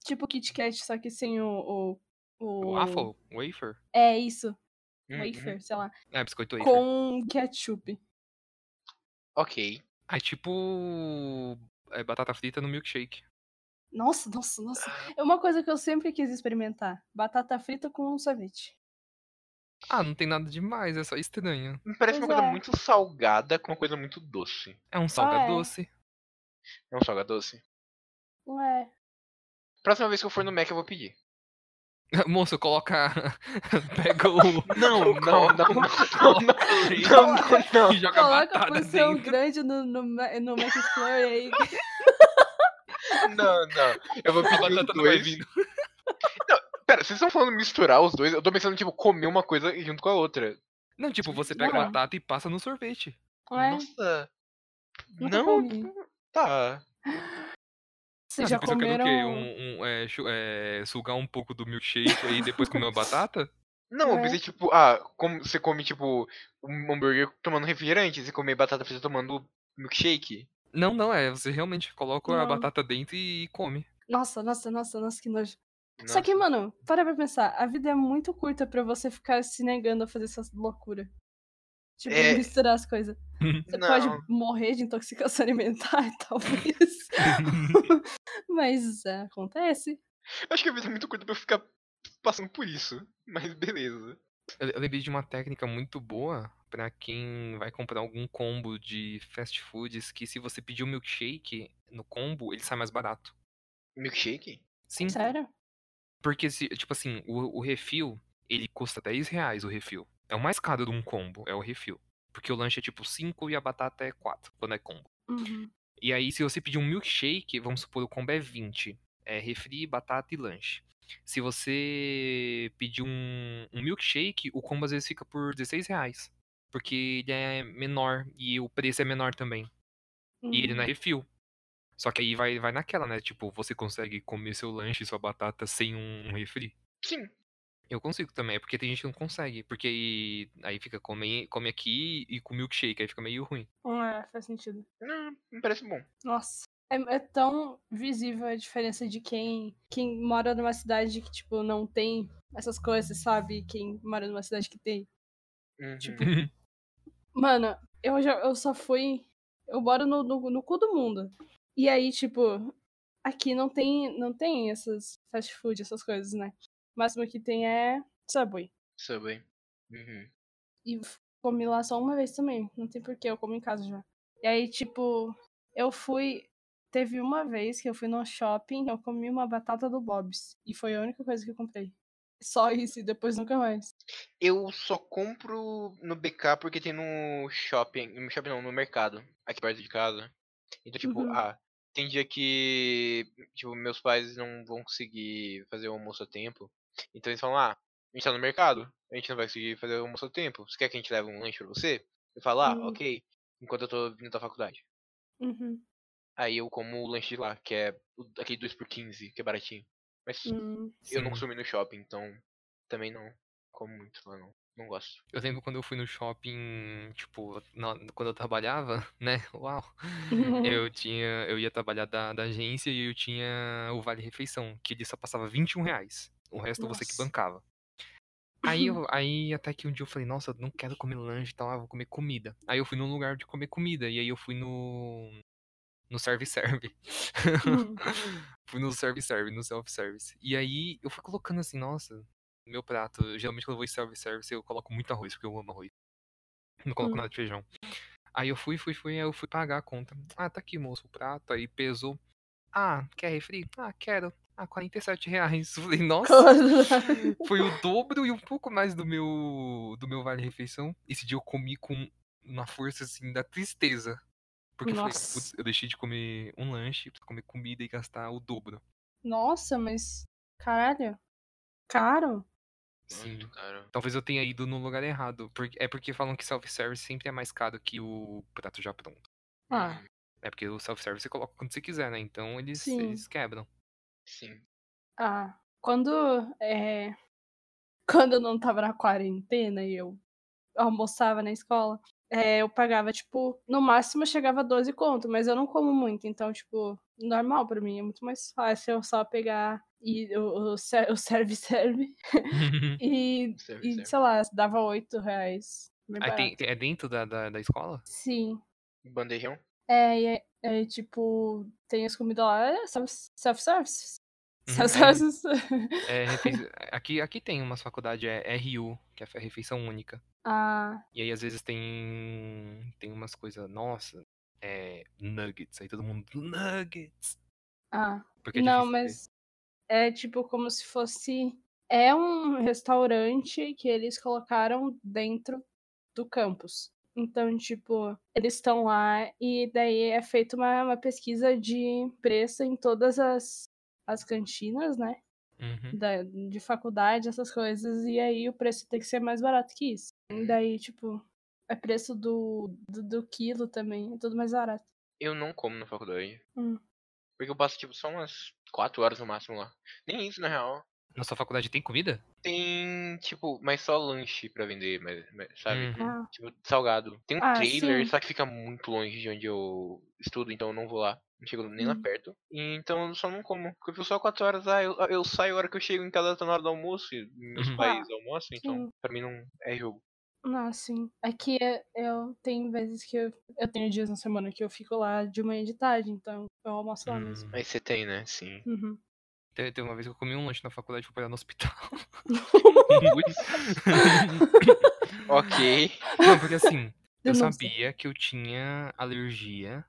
Speaker 1: tipo Kit Kat, só que sem o o, o-
Speaker 2: Waffle? Wafer?
Speaker 1: É isso,
Speaker 3: Hum,
Speaker 1: wafer,
Speaker 3: hum.
Speaker 1: sei lá,
Speaker 2: É, biscoito wafer.
Speaker 1: com ketchup.
Speaker 3: Ok.
Speaker 2: É tipo. é, batata frita no milkshake.
Speaker 1: Nossa, nossa, nossa. É uma coisa que eu sempre quis experimentar, batata frita com um sorvete.
Speaker 2: Ah, não tem nada demais, é só estranho.
Speaker 3: Me Parece
Speaker 1: Pois
Speaker 3: uma coisa
Speaker 1: é.
Speaker 3: muito salgada com uma coisa muito doce.
Speaker 2: É um salga
Speaker 1: é.
Speaker 2: doce.
Speaker 3: É um salgado doce?
Speaker 1: Ué,
Speaker 3: Próxima vez que eu for no Mac eu vou pedir.
Speaker 2: Moço, coloca. Pega o.
Speaker 3: Não, não, não, não, não, não, não, não,
Speaker 2: E joga
Speaker 1: coloca a
Speaker 2: batata
Speaker 1: porção
Speaker 2: dentro.
Speaker 1: grande no no, Ma- no McFlurry aí.
Speaker 3: não, não. Eu vou
Speaker 2: A
Speaker 3: pedir os
Speaker 2: batata não vai
Speaker 3: dois.
Speaker 2: vindo.
Speaker 3: Pera, vocês estão falando misturar os dois? Eu tô pensando, tipo, comer uma coisa junto com a outra.
Speaker 2: Não, tipo, você pega
Speaker 1: Não.
Speaker 2: a batata e passa no sorvete.
Speaker 1: Ué,
Speaker 3: Nossa.
Speaker 1: É. nunca
Speaker 3: Não,
Speaker 1: comi.
Speaker 3: tá.
Speaker 1: Vocês
Speaker 2: Ah,
Speaker 1: já
Speaker 2: pensou que era o quê?
Speaker 1: comeram
Speaker 2: Um, um, é, chu- é, sugar um pouco do milkshake aí e depois comer uma batata?
Speaker 3: Não, eu
Speaker 1: É.
Speaker 3: pensei, tipo, ah, como você come, tipo, um hambúrguer tomando refrigerante, você come batata frita tomando milkshake.
Speaker 2: Não, não, é. Você realmente coloca a
Speaker 1: Não.
Speaker 2: batata dentro e come.
Speaker 1: Nossa, nossa, nossa, nossa, que nojo. Só
Speaker 3: Nossa.
Speaker 1: que, mano, para pra pensar. A vida é muito curta pra você ficar se negando a fazer essas loucuras. Tipo,
Speaker 3: É.
Speaker 1: misturar as coisas. Você
Speaker 3: Não.
Speaker 1: pode morrer de intoxicação alimentar, talvez. Mas é, acontece.
Speaker 3: Acho que a vida é muito curta pra eu ficar passando por isso. Mas beleza.
Speaker 2: Eu eu lembrei de uma técnica muito boa pra quem vai comprar algum combo de fast foods que se você pedir o milkshake no combo, ele sai mais barato.
Speaker 3: Milkshake?
Speaker 2: Sim,
Speaker 1: Sério?
Speaker 2: porque se, tipo assim, o, o refil, ele custa 10 reais o refil. É o mais caro de um combo, é o refil. Porque o lanche é tipo 5 e a batata é 4, quando é combo.
Speaker 1: Uhum.
Speaker 2: E aí, se você pedir um milkshake, vamos supor, o combo é 20. É refri, batata e lanche. Se você pedir um, um milkshake, o combo às vezes fica por 16 reais. Porque ele é menor e o preço é menor também. E
Speaker 1: uhum.
Speaker 2: ele não é
Speaker 3: Uhum.
Speaker 2: refil. Só que aí vai, vai naquela, né? Tipo, você consegue comer seu lanche e sua batata sem um, um refri?
Speaker 3: Sim.
Speaker 2: Eu consigo também, é porque tem gente que não consegue. Porque aí, aí fica come, come aqui e com milkshake, aí fica meio ruim.
Speaker 1: Hum, é, faz sentido.
Speaker 3: Não, me parece bom.
Speaker 1: Nossa. É, é tão visível a diferença de quem, quem mora numa cidade que, tipo, não tem essas coisas, sabe? Quem mora numa cidade que tem.
Speaker 3: Uhum.
Speaker 1: Tipo, Mano, eu, já, eu só fui. Eu moro no, no, no cu do mundo. E aí, tipo, aqui não tem, não tem essas fast food, essas coisas, né? O máximo que tem é Subway.
Speaker 3: Subway. Uhum.
Speaker 1: E f- comi lá só uma vez também. Não tem porquê, eu como em casa já. E aí, tipo, eu fui. Teve uma vez que eu fui no shopping, eu comi uma batata do Bob's. E foi a única coisa que eu comprei. Só isso, e depois nunca mais.
Speaker 3: Eu só compro no BK porque tem no shopping. No shopping não, no mercado. Aqui perto de casa. Então, tipo,
Speaker 1: Uhum.
Speaker 3: ah, tem dia que. Tipo, meus pais não vão conseguir fazer o almoço a tempo. Então eles falam, ah, a gente tá no mercado. A gente não vai conseguir fazer o almoço a tempo. Você quer que a gente leve um lanche pra você? Eu falo, ah,
Speaker 1: Hum.
Speaker 3: ok. Enquanto eu tô vindo da faculdade.
Speaker 1: Uhum.
Speaker 3: Aí eu como o lanche de lá, que é o- aquele 2x15, que é baratinho. Mas
Speaker 1: Hum.
Speaker 3: eu não
Speaker 2: Sim.
Speaker 3: consumi no shopping, então também não como muito lá não. Não gosto.
Speaker 2: Eu lembro quando eu fui no shopping, tipo, na- quando eu trabalhava, né? Uau!
Speaker 1: Uhum.
Speaker 2: Eu tinha. Eu ia trabalhar da, da agência e eu tinha o Vale Refeição, que ele só passava 21 reais. O resto você que
Speaker 1: Nossa.
Speaker 2: bancava. Aí, eu- aí até que um dia eu falei, nossa, eu não quero comer lanche e tal, ah, vou comer comida. Aí eu fui num lugar de comer comida, e aí eu fui no. No serve-serve.
Speaker 1: Hum.
Speaker 2: fui no serve-serve, no self-service. E aí eu fui colocando assim, nossa, no meu prato, geralmente quando eu vou em self-service, eu coloco muito arroz, porque eu amo arroz. Não coloco
Speaker 1: Hum.
Speaker 2: nada de feijão. Aí eu fui, fui, fui, aí eu fui pagar a conta. Ah, tá aqui, moço, o prato. Aí pesou. Ah, quer refri? Ah, quero. Ah, 47 reais. Eu Falei, nossa. Foi o dobro e um pouco mais do meu do meu vale refeição. Esse dia eu comi com uma força assim da tristeza. Porque eu falei,
Speaker 1: Nossa.
Speaker 2: putz, eu deixei de comer um lanche pra comer comida e gastar o dobro.
Speaker 1: Nossa, mas. Caralho. Caro?
Speaker 2: Sim.
Speaker 3: Muito caro.
Speaker 2: Uhum. Talvez eu tenha ido no lugar errado. por- É porque falam que self-service sempre é mais caro que o prato já pronto.
Speaker 1: Ah.
Speaker 3: Hum,
Speaker 2: É porque o self-service você coloca quando você quiser, né? Então eles,
Speaker 1: Sim.
Speaker 2: eles quebram.
Speaker 3: Sim.
Speaker 1: Ah, quando é, quando eu não tava na quarentena e eu almoçava na escola, é, eu pagava, tipo, no máximo eu chegava a 12 conto, mas eu não como muito, então, tipo, normal pra mim, é muito mais fácil eu só pegar e o, o ser- o serve-serve É e,
Speaker 3: Serve,
Speaker 1: e,
Speaker 3: serve.
Speaker 1: sei lá, dava 8 reais. bem
Speaker 2: Aí tem-
Speaker 1: barato.
Speaker 2: é dentro da, da, da escola?
Speaker 1: Sim.
Speaker 3: Bandejão?
Speaker 1: É, e é, é, tipo, tem as comidas lá, é self- self-service.
Speaker 2: Uhum.
Speaker 1: Self-service.
Speaker 2: É, refe- aqui, aqui tem umas faculdades, é RU, que é a refeição única.
Speaker 1: ah,
Speaker 2: E aí, às vezes, tem, tem umas coisas, nossa, é nuggets. Aí todo mundo, nuggets.
Speaker 1: ah.
Speaker 2: Porque é
Speaker 1: não,
Speaker 2: difícil de-
Speaker 1: mas é tipo como se fosse. É um restaurante que eles colocaram dentro do campus. Então, tipo, eles estão lá e daí é feita uma, uma pesquisa de preço em todas as, as cantinas, né?
Speaker 2: Uhum.
Speaker 1: da- de faculdade, essas coisas, e aí o preço tem que ser mais barato que isso. E daí, tipo, é preço do, do, do quilo também, é tudo mais barato.
Speaker 3: Eu não como na faculdade.
Speaker 1: Hum.
Speaker 3: Porque eu passo, tipo, só umas 4 horas no máximo lá. Nem isso, na real.
Speaker 2: Na sua faculdade tem comida?
Speaker 3: Tem, tipo, mas só lanche pra vender, mas, mas, sabe?
Speaker 2: Uhum.
Speaker 1: Ah,
Speaker 3: Tipo, salgado. Tem um
Speaker 1: Ah, sim.
Speaker 3: trailer, só que fica muito longe de onde eu estudo, então eu não vou lá. Não chego nem lá
Speaker 1: Hum.
Speaker 3: perto. E, então eu só não como. Porque eu fico só 4 horas lá, eu, eu saio a hora que eu chego em casa, tá na hora do almoço. E meus
Speaker 2: Uhum.
Speaker 3: pais almoçam, então
Speaker 1: Ah, sim.
Speaker 3: pra mim não é jogo.
Speaker 1: Não, Ah, sim. Aqui é- eu tenho vezes que eu, eu tenho dias na semana que eu fico lá de manhã e de tarde, então eu almoço lá mesmo.
Speaker 2: Hum.
Speaker 3: Mas você tem, né? Sim.
Speaker 1: Uhum.
Speaker 2: Teve, teve uma vez que eu comi um lanche na faculdade e fui parar no hospital.
Speaker 3: ok.
Speaker 2: não, porque assim, eu
Speaker 1: Denúncia.
Speaker 2: sabia que eu tinha alergia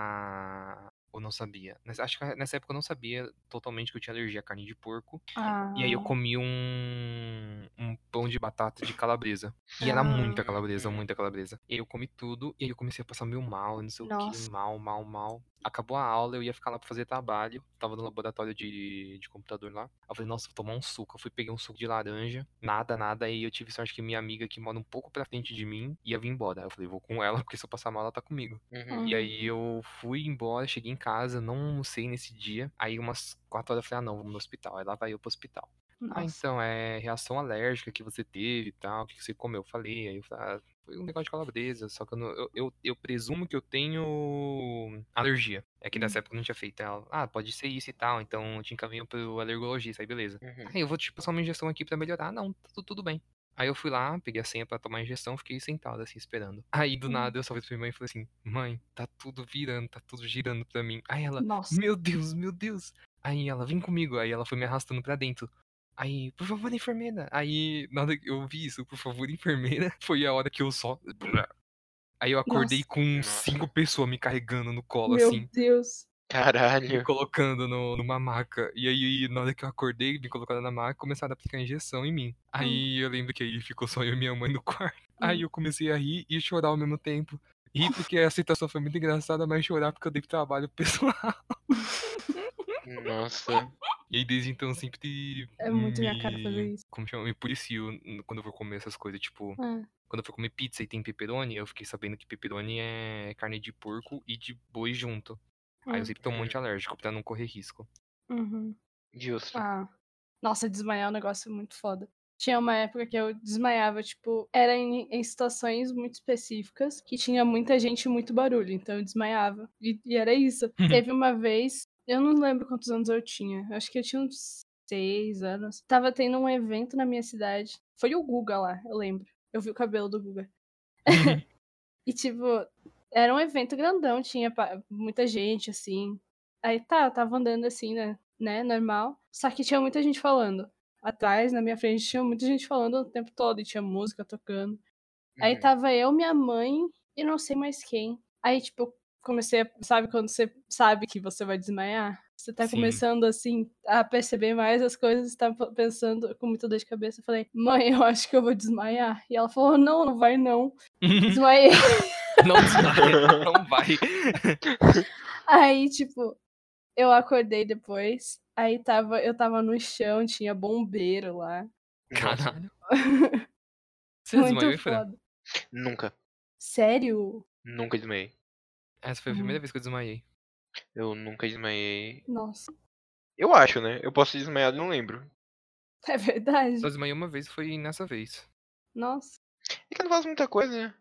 Speaker 2: a. Ou não sabia. Nessa- Acho que nessa época eu não sabia totalmente que eu tinha alergia à carne de porco.
Speaker 1: Ah,
Speaker 2: E aí eu comi um, um pão de batata de calabresa. E era
Speaker 1: Ah.
Speaker 2: muita calabresa, muita calabresa. E aí eu comi tudo, e aí eu comecei a passar meio mal, não sei o
Speaker 1: Nossa.
Speaker 2: que, mal, mal, mal. Acabou a aula, eu ia ficar lá pra fazer trabalho. Tava no laboratório de, de computador lá. Aí eu falei, nossa, vou tomar um suco. Eu fui peguei um suco de laranja, nada, nada. Aí eu tive sorte que minha amiga, que mora um pouco pra frente de mim, ia vir embora. Aí eu falei, vou com ela, porque se eu passar mal, ela tá comigo.
Speaker 3: Uhum.
Speaker 2: E aí eu fui embora, cheguei em casa, não almocei nesse dia. Aí umas quatro horas eu falei, ah não, vamos no hospital. Aí lá vai eu pro hospital. Ah,
Speaker 1: nossa.
Speaker 2: então, é reação alérgica que você teve e tal, o que que você comeu? Eu falei, aí eu falei, ah, foi um negócio de calabresa, só que eu, não- eu, eu, eu presumo que eu tenho alergia. É que nessa época eu não tinha feito ela. Ah, pode ser isso e tal, então eu te encaminho pro alergologista, aí beleza.
Speaker 3: Uhum.
Speaker 2: Aí eu vou te passar uma injeção aqui pra melhorar. Não, tá tudo, tudo bem. Aí eu fui lá, peguei a senha pra tomar a injeção, fiquei sentado assim, esperando. Aí do
Speaker 1: Hum.
Speaker 2: nada eu só pra minha mãe e falei assim: Mãe, tá tudo virando, tá tudo girando pra mim. Aí ela,
Speaker 1: Nossa.
Speaker 2: Meu Deus, meu Deus. Aí ela, vem comigo. Aí ela foi me arrastando pra dentro. Aí, por favor, enfermeira. Aí, na hora que eu vi isso, por favor, enfermeira, foi a hora que eu só. Aí eu acordei
Speaker 1: Nossa.
Speaker 2: com
Speaker 3: Nossa.
Speaker 2: cinco pessoas me carregando no colo,
Speaker 1: Meu
Speaker 2: assim
Speaker 1: Deus.
Speaker 2: me
Speaker 3: Caralho.
Speaker 2: colocando no- numa maca. E aí, na hora que eu acordei, me colocaram na maca, começaram a aplicar injeção em mim. Aí eu lembro que aí ficou só eu e minha mãe no quarto. Aí
Speaker 1: Hum.
Speaker 2: eu comecei a rir e chorar ao mesmo tempo. Rir porque a situação foi muito engraçada, mas chorar porque eu dei trabalho pro pessoal.
Speaker 3: Nossa.
Speaker 2: E aí desde então eu sempre.
Speaker 1: É muito minha cara fazer
Speaker 2: me-
Speaker 1: isso.
Speaker 2: Como chama? Me policio n- quando eu vou comer essas coisas. Tipo,
Speaker 1: Ah,
Speaker 2: quando eu for comer pizza e tem pepperoni, eu fiquei sabendo que pepperoni é carne de porco e de boi junto. Aí eu
Speaker 1: hum,
Speaker 2: sempre tô muito alérgico pra não correr risco.
Speaker 1: uhum.
Speaker 3: Justo.
Speaker 1: Ah. Nossa, desmaiar é um negócio muito foda. Tinha uma época que eu desmaiava, tipo, era em, em situações muito específicas que tinha muita gente e muito barulho, então eu desmaiava. E, e era isso. Teve uma vez, eu não lembro quantos anos eu tinha, acho que eu tinha uns seis anos. Tava tendo um evento na minha cidade. Foi o Guga lá, eu lembro. Eu vi o cabelo do Guga. E, tipo, era um evento grandão, tinha pa- muita gente, assim. Aí tá, eu tava andando assim, né? né? Normal. Só que tinha muita gente falando. atrás, na minha frente, tinha muita gente falando o tempo todo, e tinha música tocando. Aí tá.
Speaker 3: Uhum.
Speaker 1: tava eu, minha mãe e não sei mais quem. Aí, tipo, eu comecei a. Sabe quando você sabe que você vai desmaiar? Você tá
Speaker 2: Sim.
Speaker 1: começando, assim, a perceber mais as coisas, tá p- pensando com muita dor de cabeça. Eu falei, mãe, eu acho que eu vou desmaiar. E ela falou, não, não vai não. Desmaiei.
Speaker 2: não vai, não vai.
Speaker 1: Aí, tipo, eu acordei depois. Aí tava, eu tava no chão, tinha bombeiro lá.
Speaker 3: Nossa,
Speaker 2: Caralho. Você desmaiou,
Speaker 1: Muito
Speaker 2: hein, Fran?
Speaker 1: foda.
Speaker 3: nunca,
Speaker 1: Sério?
Speaker 3: nunca desmaiei.
Speaker 2: Essa foi a
Speaker 1: Hum.
Speaker 2: primeira vez que eu desmaiei.
Speaker 3: Eu nunca desmaiei.
Speaker 1: Nossa,
Speaker 3: Eu acho, né? Eu posso ter desmaiado, não lembro.
Speaker 1: é verdade.
Speaker 2: Só desmaiei uma vez foi nessa vez.
Speaker 1: Nossa.
Speaker 3: É que eu não faço muita coisa, né?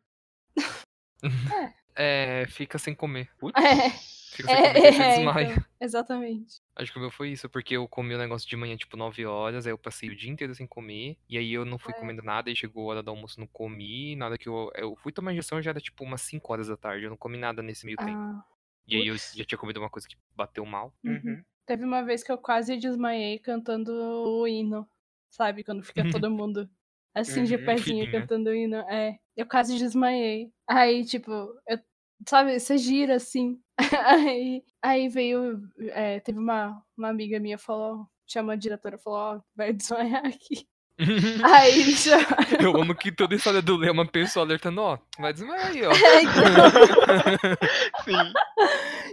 Speaker 2: É, fica sem comer.
Speaker 3: Putz.
Speaker 1: É.
Speaker 2: Fica sem comer,
Speaker 1: É,
Speaker 2: você
Speaker 1: é,
Speaker 2: desmaia.
Speaker 1: então, exatamente.
Speaker 2: Acho que o meu foi isso, porque eu comi o negócio de manhã, tipo, 9 horas, aí eu passei o dia inteiro sem comer, e aí eu não
Speaker 1: É.
Speaker 2: fui comendo nada, e chegou a hora do almoço, não comi, nada que eu... Eu fui tomar injeção, já era, tipo, umas 5 horas da tarde, eu não comi nada nesse meio tempo.
Speaker 1: Ah,
Speaker 2: E aí eu
Speaker 1: putz.
Speaker 2: já tinha comido uma coisa que bateu mal.
Speaker 1: uhum. Teve uma vez que eu quase desmaiei cantando o hino. Sabe? Quando fica todo mundo assim de
Speaker 3: Uhum,
Speaker 1: pezinho
Speaker 2: filhinha.
Speaker 1: cantando o hino. É. Eu quase desmaiei. Aí, tipo, eu, sabe, você gira assim. aí, aí veio. é, teve uma, uma amiga minha falou. Chama a diretora e falou, ó, vai desmaiar aqui. Aí me chamaram.
Speaker 2: eu amo que toda história do Lê é uma pessoa alertando, ó, vai desmaiar aí, ó.
Speaker 1: então,
Speaker 3: Sim.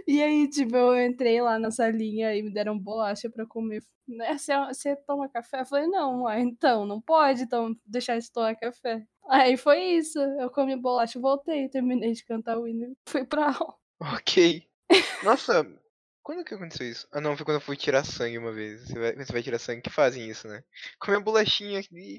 Speaker 1: E aí, tipo, eu entrei lá na salinha e me deram bolacha pra comer. Né, Você, você toma café? Eu falei, não, ah, então, não pode então, deixar de tomar café. Aí foi isso. Eu comi bolacha, voltei, terminei de cantar o hino e fui pra aula.
Speaker 3: Ok. Nossa, quando que aconteceu isso? Ah não, foi quando eu fui tirar sangue uma vez. Você vai, você vai tirar sangue que fazem isso, né? Comer a bolachinha aqui.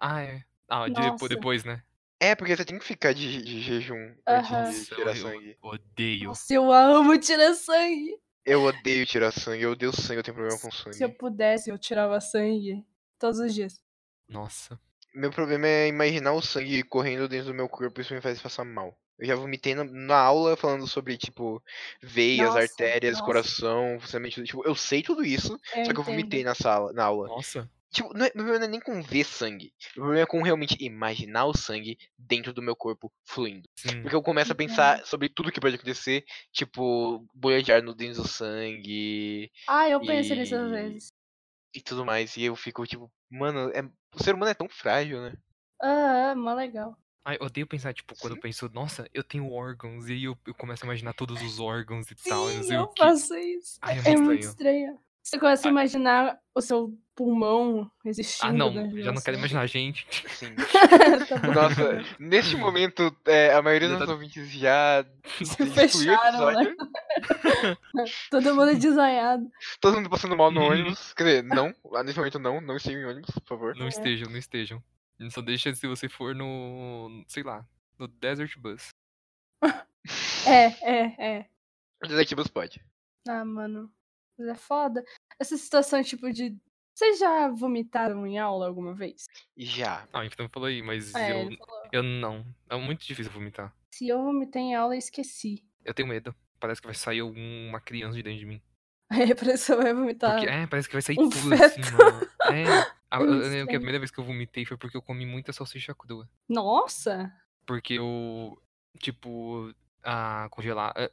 Speaker 2: Ah, é. Ah, de
Speaker 1: Nossa.
Speaker 2: depois, depois, né?
Speaker 3: É, porque você tem que ficar de, je- de jejum antes
Speaker 1: Aham.
Speaker 3: de tirar
Speaker 2: eu
Speaker 3: sangue.
Speaker 2: odeio.
Speaker 1: Nossa, eu amo tirar sangue.
Speaker 3: Eu odeio tirar sangue, eu odeio sangue, eu tenho problema com sangue.
Speaker 1: Se eu pudesse, eu tirava sangue todos os dias.
Speaker 2: Nossa.
Speaker 3: Meu problema é imaginar o sangue correndo dentro do meu corpo e isso me faz passar mal. Eu já vomitei na, na aula falando sobre, tipo, veias,
Speaker 1: Nossa,
Speaker 3: artérias,
Speaker 1: nossa.
Speaker 3: coração, funcionamento. Tipo, eu sei tudo isso,
Speaker 1: Eu
Speaker 3: só que eu
Speaker 1: entendo.
Speaker 3: vomitei né? na sala, na aula.
Speaker 2: Nossa.
Speaker 3: Tipo, não é, meu problema não é nem com ver sangue. Meu problema é com realmente imaginar o sangue dentro do meu corpo fluindo.
Speaker 2: Sim.
Speaker 3: Porque eu começo a
Speaker 1: Entendo.
Speaker 3: pensar sobre tudo que pode acontecer, tipo, bolha de ar no dentro do sangue
Speaker 1: Ah, eu penso nisso às
Speaker 3: E-
Speaker 1: vezes.
Speaker 3: e tudo mais. E eu fico, tipo, mano, é- o ser humano é tão frágil, né?
Speaker 1: Ah, mó legal.
Speaker 3: Tá,
Speaker 2: Ai, eu odeio pensar, tipo, quando eu
Speaker 3: Sim.
Speaker 2: penso, nossa, eu tenho órgãos, e aí eu, eu começo a imaginar todos os órgãos e tal, e não
Speaker 1: Sim,
Speaker 2: sei o
Speaker 1: eu
Speaker 2: quê.
Speaker 1: faço isso.
Speaker 2: Ai,
Speaker 1: É muito estranho. Você começa a
Speaker 2: Ah.
Speaker 1: imaginar o seu pulmão
Speaker 2: Ah,
Speaker 1: resistindo.
Speaker 2: não,
Speaker 1: né,
Speaker 2: já não
Speaker 1: nossa.
Speaker 2: quero imaginar a gente.
Speaker 3: Sim.
Speaker 1: Tá bom.
Speaker 3: Assim, tipo, Nossa, neste momento, é, a maioria
Speaker 2: Já
Speaker 3: dos
Speaker 2: tá-
Speaker 3: ouvintes já
Speaker 1: Se
Speaker 3: destruiu o
Speaker 1: fecharam, né?
Speaker 3: episódio.
Speaker 1: Todo mundo desanhado.
Speaker 3: Todo mundo passando mal no
Speaker 2: Uhum.
Speaker 3: ônibus. Quer dizer, não, lá nesse momento não, não estejam em ônibus, por favor.
Speaker 1: É.
Speaker 2: Não estejam, não estejam. Só deixa se você for no, sei lá, no Desert Bus.
Speaker 1: É, é, é.
Speaker 3: Desativos pode.
Speaker 1: Ah, mano. Mas é foda. Essa situação, tipo, de. Vocês já vomitaram em aula alguma vez?
Speaker 3: Já.
Speaker 2: Ah, então falou aí, mas
Speaker 1: É,
Speaker 2: eu,
Speaker 1: ele falou.
Speaker 2: eu não. É muito difícil vomitar.
Speaker 1: Se eu vomitei em aula, eu esqueci.
Speaker 2: Eu tenho medo. Parece que vai sair algum- uma criança de dentro de mim.
Speaker 1: Aí a pessoa vai vomitar.
Speaker 2: Porque, é, parece que vai sair
Speaker 1: Tá. Um
Speaker 2: tudo assim,
Speaker 1: feto.
Speaker 2: mano. É. A,
Speaker 1: É
Speaker 2: eu
Speaker 1: muito
Speaker 2: lembro que a
Speaker 1: estranho.
Speaker 2: primeira vez que eu vomitei foi porque eu comi muita salsicha crua.
Speaker 1: Nossa!
Speaker 2: Porque eu, tipo, a congelar, eh,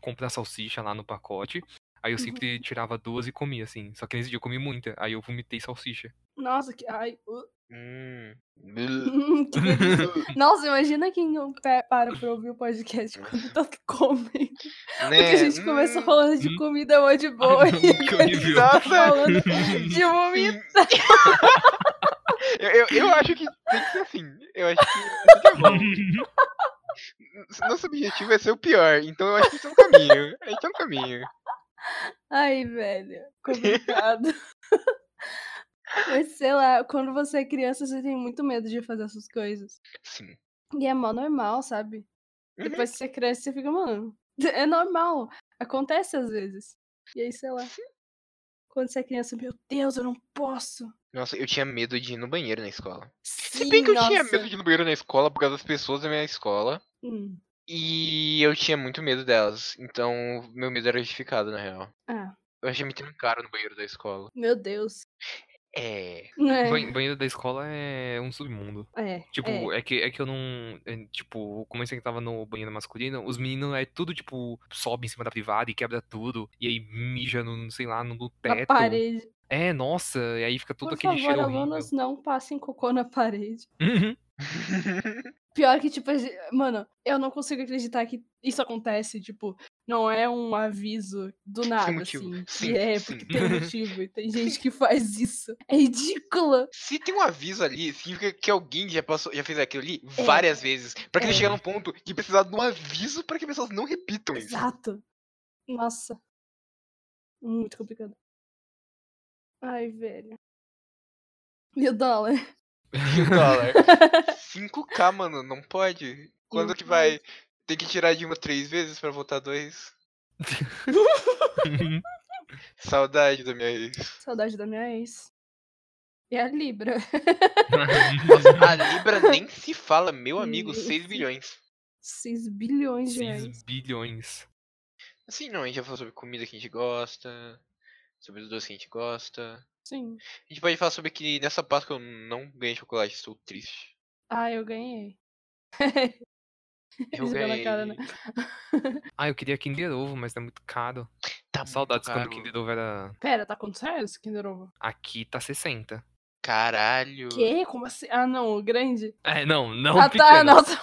Speaker 2: comprar salsicha lá no pacote. Aí eu
Speaker 1: Uhum.
Speaker 2: sempre tirava duas e comia, assim. Só que nesse dia eu comi muita. Aí eu vomitei salsicha.
Speaker 1: Nossa, que. Ai. uh,
Speaker 3: Hum.
Speaker 1: hum, que delícia. Nossa, imagina quem não pe- para pra ouvir o podcast quando tá tanto comem. Porque a
Speaker 3: É,
Speaker 1: gente começou falando de
Speaker 2: hum.
Speaker 1: comida mó de boa.
Speaker 2: não,
Speaker 1: e
Speaker 2: que
Speaker 1: agora a gente
Speaker 2: horrível.
Speaker 1: tá
Speaker 3: Hum. Nossa. Hum.
Speaker 1: falando de vomitar.
Speaker 3: eu, eu, eu acho que tem que ser assim. Eu acho que tá bom. N- Nosso objetivo é ser o pior, então eu acho que isso é um caminho. Então é um caminho.
Speaker 1: Ai, velho. Complicado. Mas sei lá, quando você é criança, você tem muito medo de fazer essas coisas.
Speaker 3: Sim.
Speaker 1: E é mó normal, sabe?
Speaker 3: Uhum.
Speaker 1: Depois que você cresce, você fica, mano. É normal. Acontece às vezes. E aí, sei lá. Quando você é criança, meu Deus, eu não posso.
Speaker 3: Nossa, eu tinha medo de ir no banheiro na escola.
Speaker 1: Sim,
Speaker 3: Se bem que eu tinha
Speaker 1: nossa.
Speaker 3: medo de ir no banheiro na escola por causa das pessoas da minha escola.
Speaker 1: Hum.
Speaker 3: E eu tinha muito medo delas. Então, meu medo era justificado, na real.
Speaker 1: Ah,
Speaker 3: Eu achei me trancaram no banheiro da escola.
Speaker 1: meu Deus.
Speaker 3: É.
Speaker 1: É.
Speaker 2: Ban- Banheiro da escola é um submundo.
Speaker 1: É. é.
Speaker 2: Tipo, é, que, é que eu não. é, tipo, como eu tava no banheiro masculino, os meninos é tudo, tipo, sobe em cima da privada e quebra tudo. E aí mija no, sei lá, no, no
Speaker 1: Na
Speaker 2: teto.
Speaker 1: parede.
Speaker 2: É, nossa, e aí fica tudo
Speaker 1: Por
Speaker 2: aquele
Speaker 1: favor,
Speaker 2: cheiro horrível.
Speaker 1: alunos, não passem cocô na parede.
Speaker 2: Uhum.
Speaker 1: Pior que, tipo, a gen- mano, eu não consigo acreditar que isso acontece, tipo, não é um aviso do nada,
Speaker 3: motivo.
Speaker 1: assim.
Speaker 3: Sim,
Speaker 1: e é,
Speaker 3: sim.
Speaker 1: porque tem motivo, e tem gente que faz isso. É ridícula.
Speaker 3: Se tem um aviso ali, significa que alguém já passou, já fez aquilo ali várias vezes. Pra que
Speaker 1: É.
Speaker 3: ele chegar num ponto de precisar de um aviso pra que pessoas não repitam É isso.
Speaker 1: Exato. Nossa. Muito complicado. Ai, velho. Mil dólar.
Speaker 3: Mil dólar. 5k, é mano, não pode. Quando
Speaker 1: Não
Speaker 3: que vai? Tem que tirar de uma três vezes pra voltar dois?
Speaker 2: Uhum.
Speaker 3: Saudade da minha ex.
Speaker 1: Saudade da minha ex. E a Libra.
Speaker 3: Nossa, a Libra nem se fala, meu amigo,
Speaker 1: Sim.
Speaker 3: 6 bilhões.
Speaker 1: 6 bilhões de
Speaker 2: 6
Speaker 1: reais.
Speaker 2: bilhões.
Speaker 3: Assim, não, a gente já falou sobre comida que a gente gosta, sobre os doces que a gente gosta.
Speaker 1: Sim.
Speaker 3: A gente pode falar sobre que nessa Páscoa eu não ganhei chocolate, estou triste.
Speaker 1: Ah, eu ganhei.
Speaker 3: Eu
Speaker 1: Jogando
Speaker 3: ganhei.
Speaker 1: a cara, né?
Speaker 2: Ah, eu queria Kinder Ovo, mas tá muito caro.
Speaker 3: Tá
Speaker 2: Saudades
Speaker 3: muito
Speaker 2: quando o
Speaker 3: caro.
Speaker 2: Kinder Ovo era.
Speaker 1: Pera, tá com sério esse Kinder Ovo?
Speaker 2: Aqui tá 60.
Speaker 3: Caralho.
Speaker 1: Quê? Como assim? Ah, não, o grande?
Speaker 2: É, não, não
Speaker 1: ah, tá,
Speaker 2: pequeno.
Speaker 1: nossa.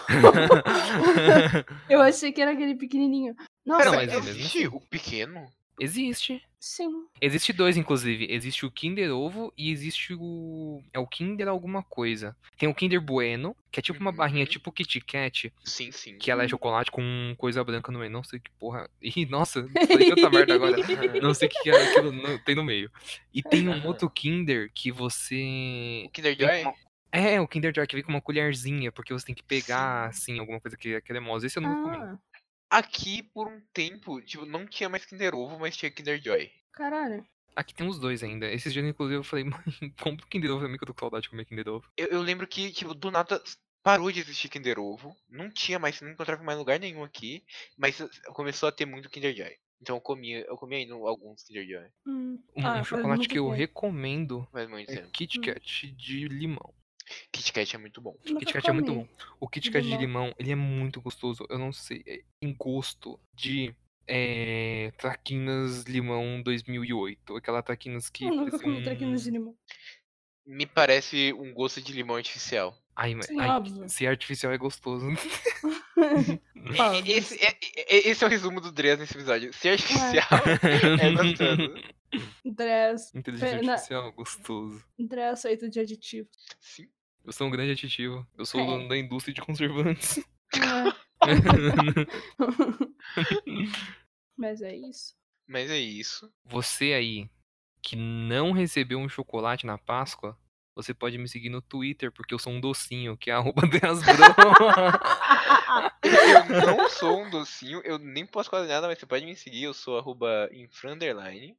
Speaker 1: eu achei que era aquele pequenininho. Nossa,
Speaker 3: Pera,
Speaker 2: Não,
Speaker 3: mas
Speaker 2: mas é
Speaker 1: eu...
Speaker 2: mesmo
Speaker 3: existe o pequeno?
Speaker 2: Existe.
Speaker 1: sim.
Speaker 2: Existe dois, inclusive. Existe o Kinder Ovo e existe o. É o Kinder alguma coisa. Tem o Kinder Bueno, que é tipo uma barrinha
Speaker 3: Uhum.
Speaker 2: tipo Kit Kat,
Speaker 3: Sim, sim.
Speaker 2: que ela é chocolate com coisa branca no meio. Não sei que porra. Ih, nossa, falei tanta merda agora. Não sei o que que é aquilo no- tem no meio. E tem um outro Kinder que você.
Speaker 3: O Kinder
Speaker 2: Vem
Speaker 3: Joy?
Speaker 2: com uma- É, o Kinder Joy que vem com uma colherzinha, porque você tem que pegar, assim, alguma coisa que é cremosa. Esse eu não comi.
Speaker 1: Ah,
Speaker 3: Aqui, por um tempo, tipo, não tinha mais Kinder Ovo, mas tinha Kinder Joy.
Speaker 1: caralho.
Speaker 2: Aqui tem uns dois ainda. Esses dias, inclusive, eu falei, mãe, compra o Kinder Ovo pra mim que eu tô com saudade de comer Kinder Ovo.
Speaker 3: Eu, eu lembro que, tipo, do nada parou de existir Kinder Ovo. Não tinha mais, não encontrava mais em lugar nenhum aqui. Mas eh, começou a ter muito Kinder Joy. Então eu comia, eu comia ainda alguns Kinder Joy.
Speaker 1: Hum.
Speaker 2: Um,
Speaker 1: Ah,
Speaker 2: um
Speaker 1: faz
Speaker 2: chocolate
Speaker 1: muito
Speaker 2: que eu
Speaker 1: tempo.
Speaker 2: recomendo
Speaker 3: Faz muito
Speaker 2: é
Speaker 3: tempo.
Speaker 2: Kit
Speaker 1: Hum.
Speaker 2: Kat de limão.
Speaker 3: Kit Kat é muito bom.
Speaker 1: nunca
Speaker 2: Kit Kat é muito
Speaker 1: comi.
Speaker 2: bom. O Kit Kat de
Speaker 1: Limão.
Speaker 2: limão, ele é muito gostoso. Eu não sei, é, em gosto de é, Traquinas Limão 2008. Aquela Traquinas que...
Speaker 1: Eu nunca
Speaker 2: parece
Speaker 1: comi traquinas de
Speaker 2: um-
Speaker 1: limão.
Speaker 3: Me parece um gosto de limão artificial.
Speaker 2: Ai, mas...
Speaker 1: Sim,
Speaker 2: ai,
Speaker 1: óbvio.
Speaker 2: se é artificial é gostoso.
Speaker 1: Fala,
Speaker 3: E- Esse é, é- é- esse é o resumo do Dres nesse episódio. Ser artificial é gostoso.
Speaker 1: Dress.
Speaker 2: Inteligência
Speaker 1: Pena-
Speaker 2: artificial, gostoso.
Speaker 1: Dress feito de aditivos.
Speaker 3: Sim.
Speaker 2: Eu sou um grande aditivo. Eu sou
Speaker 1: É.
Speaker 2: dono da indústria de conservantes.
Speaker 1: É. Mas é isso.
Speaker 3: Mas é isso.
Speaker 2: Você aí que não recebeu um chocolate na Páscoa, você pode me seguir no Twitter, porque eu sou um docinho, que é arroba Deasbrão.
Speaker 3: Eu não sou um docinho, eu nem posso quase nada, mas você pode me seguir. Eu sou arroba infranderline.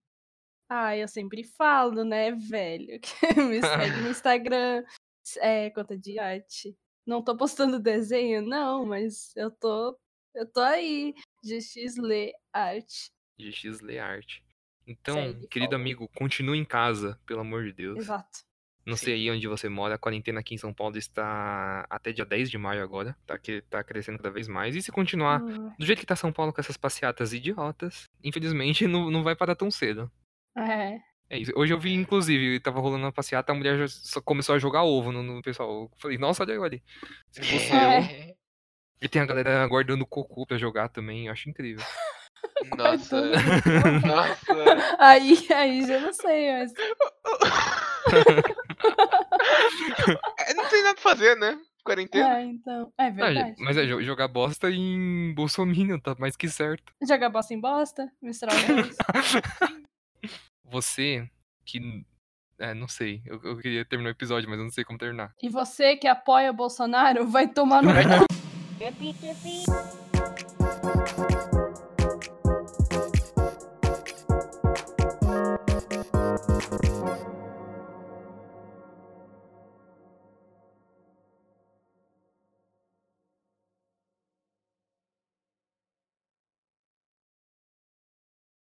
Speaker 1: Ah, eu sempre falo, né, velho? Que me segue no Instagram, s- é, conta de arte. Não tô postando desenho, não, mas eu tô, eu tô aí. GX Lê Arte.
Speaker 2: GX Learte. Então,
Speaker 1: Segue,
Speaker 2: querido
Speaker 1: follow.
Speaker 2: amigo, continue em casa, pelo amor de Deus.
Speaker 1: Exato.
Speaker 2: Não
Speaker 3: Sim.
Speaker 2: sei aí onde você mora, a quarentena aqui em São Paulo está até dia 10 de maio agora. Tá, que, tá crescendo cada vez mais. E se continuar
Speaker 1: Hum,
Speaker 2: Do jeito que tá São Paulo com essas passeatas idiotas, infelizmente não, não vai parar tão cedo.
Speaker 1: É.
Speaker 2: É isso. Hoje eu vi, inclusive, tava rolando uma passeata, a mulher já só começou a jogar ovo no, no pessoal. Eu falei, nossa, olha eu ali. Se fosse eu.
Speaker 3: É.
Speaker 2: E tem a galera guardando cocô pra jogar também, eu acho incrível.
Speaker 3: um, Nossa. Nossa.
Speaker 1: Aí, aí já não sei, mas.
Speaker 3: É, não tem nada pra fazer, né? Quarentena.
Speaker 1: Ah, então. É
Speaker 2: Ah,
Speaker 1: verdade.
Speaker 2: mas é jo- jogar bosta em Bolsonaro, tá mais que certo.
Speaker 1: Jogar bosta em bosta, misturar os dois.
Speaker 2: Você que. É, não sei. Eu, eu queria terminar o episódio, mas eu não sei como terminar.
Speaker 1: E você que apoia Bolsonaro vai tomar no
Speaker 3: Vai-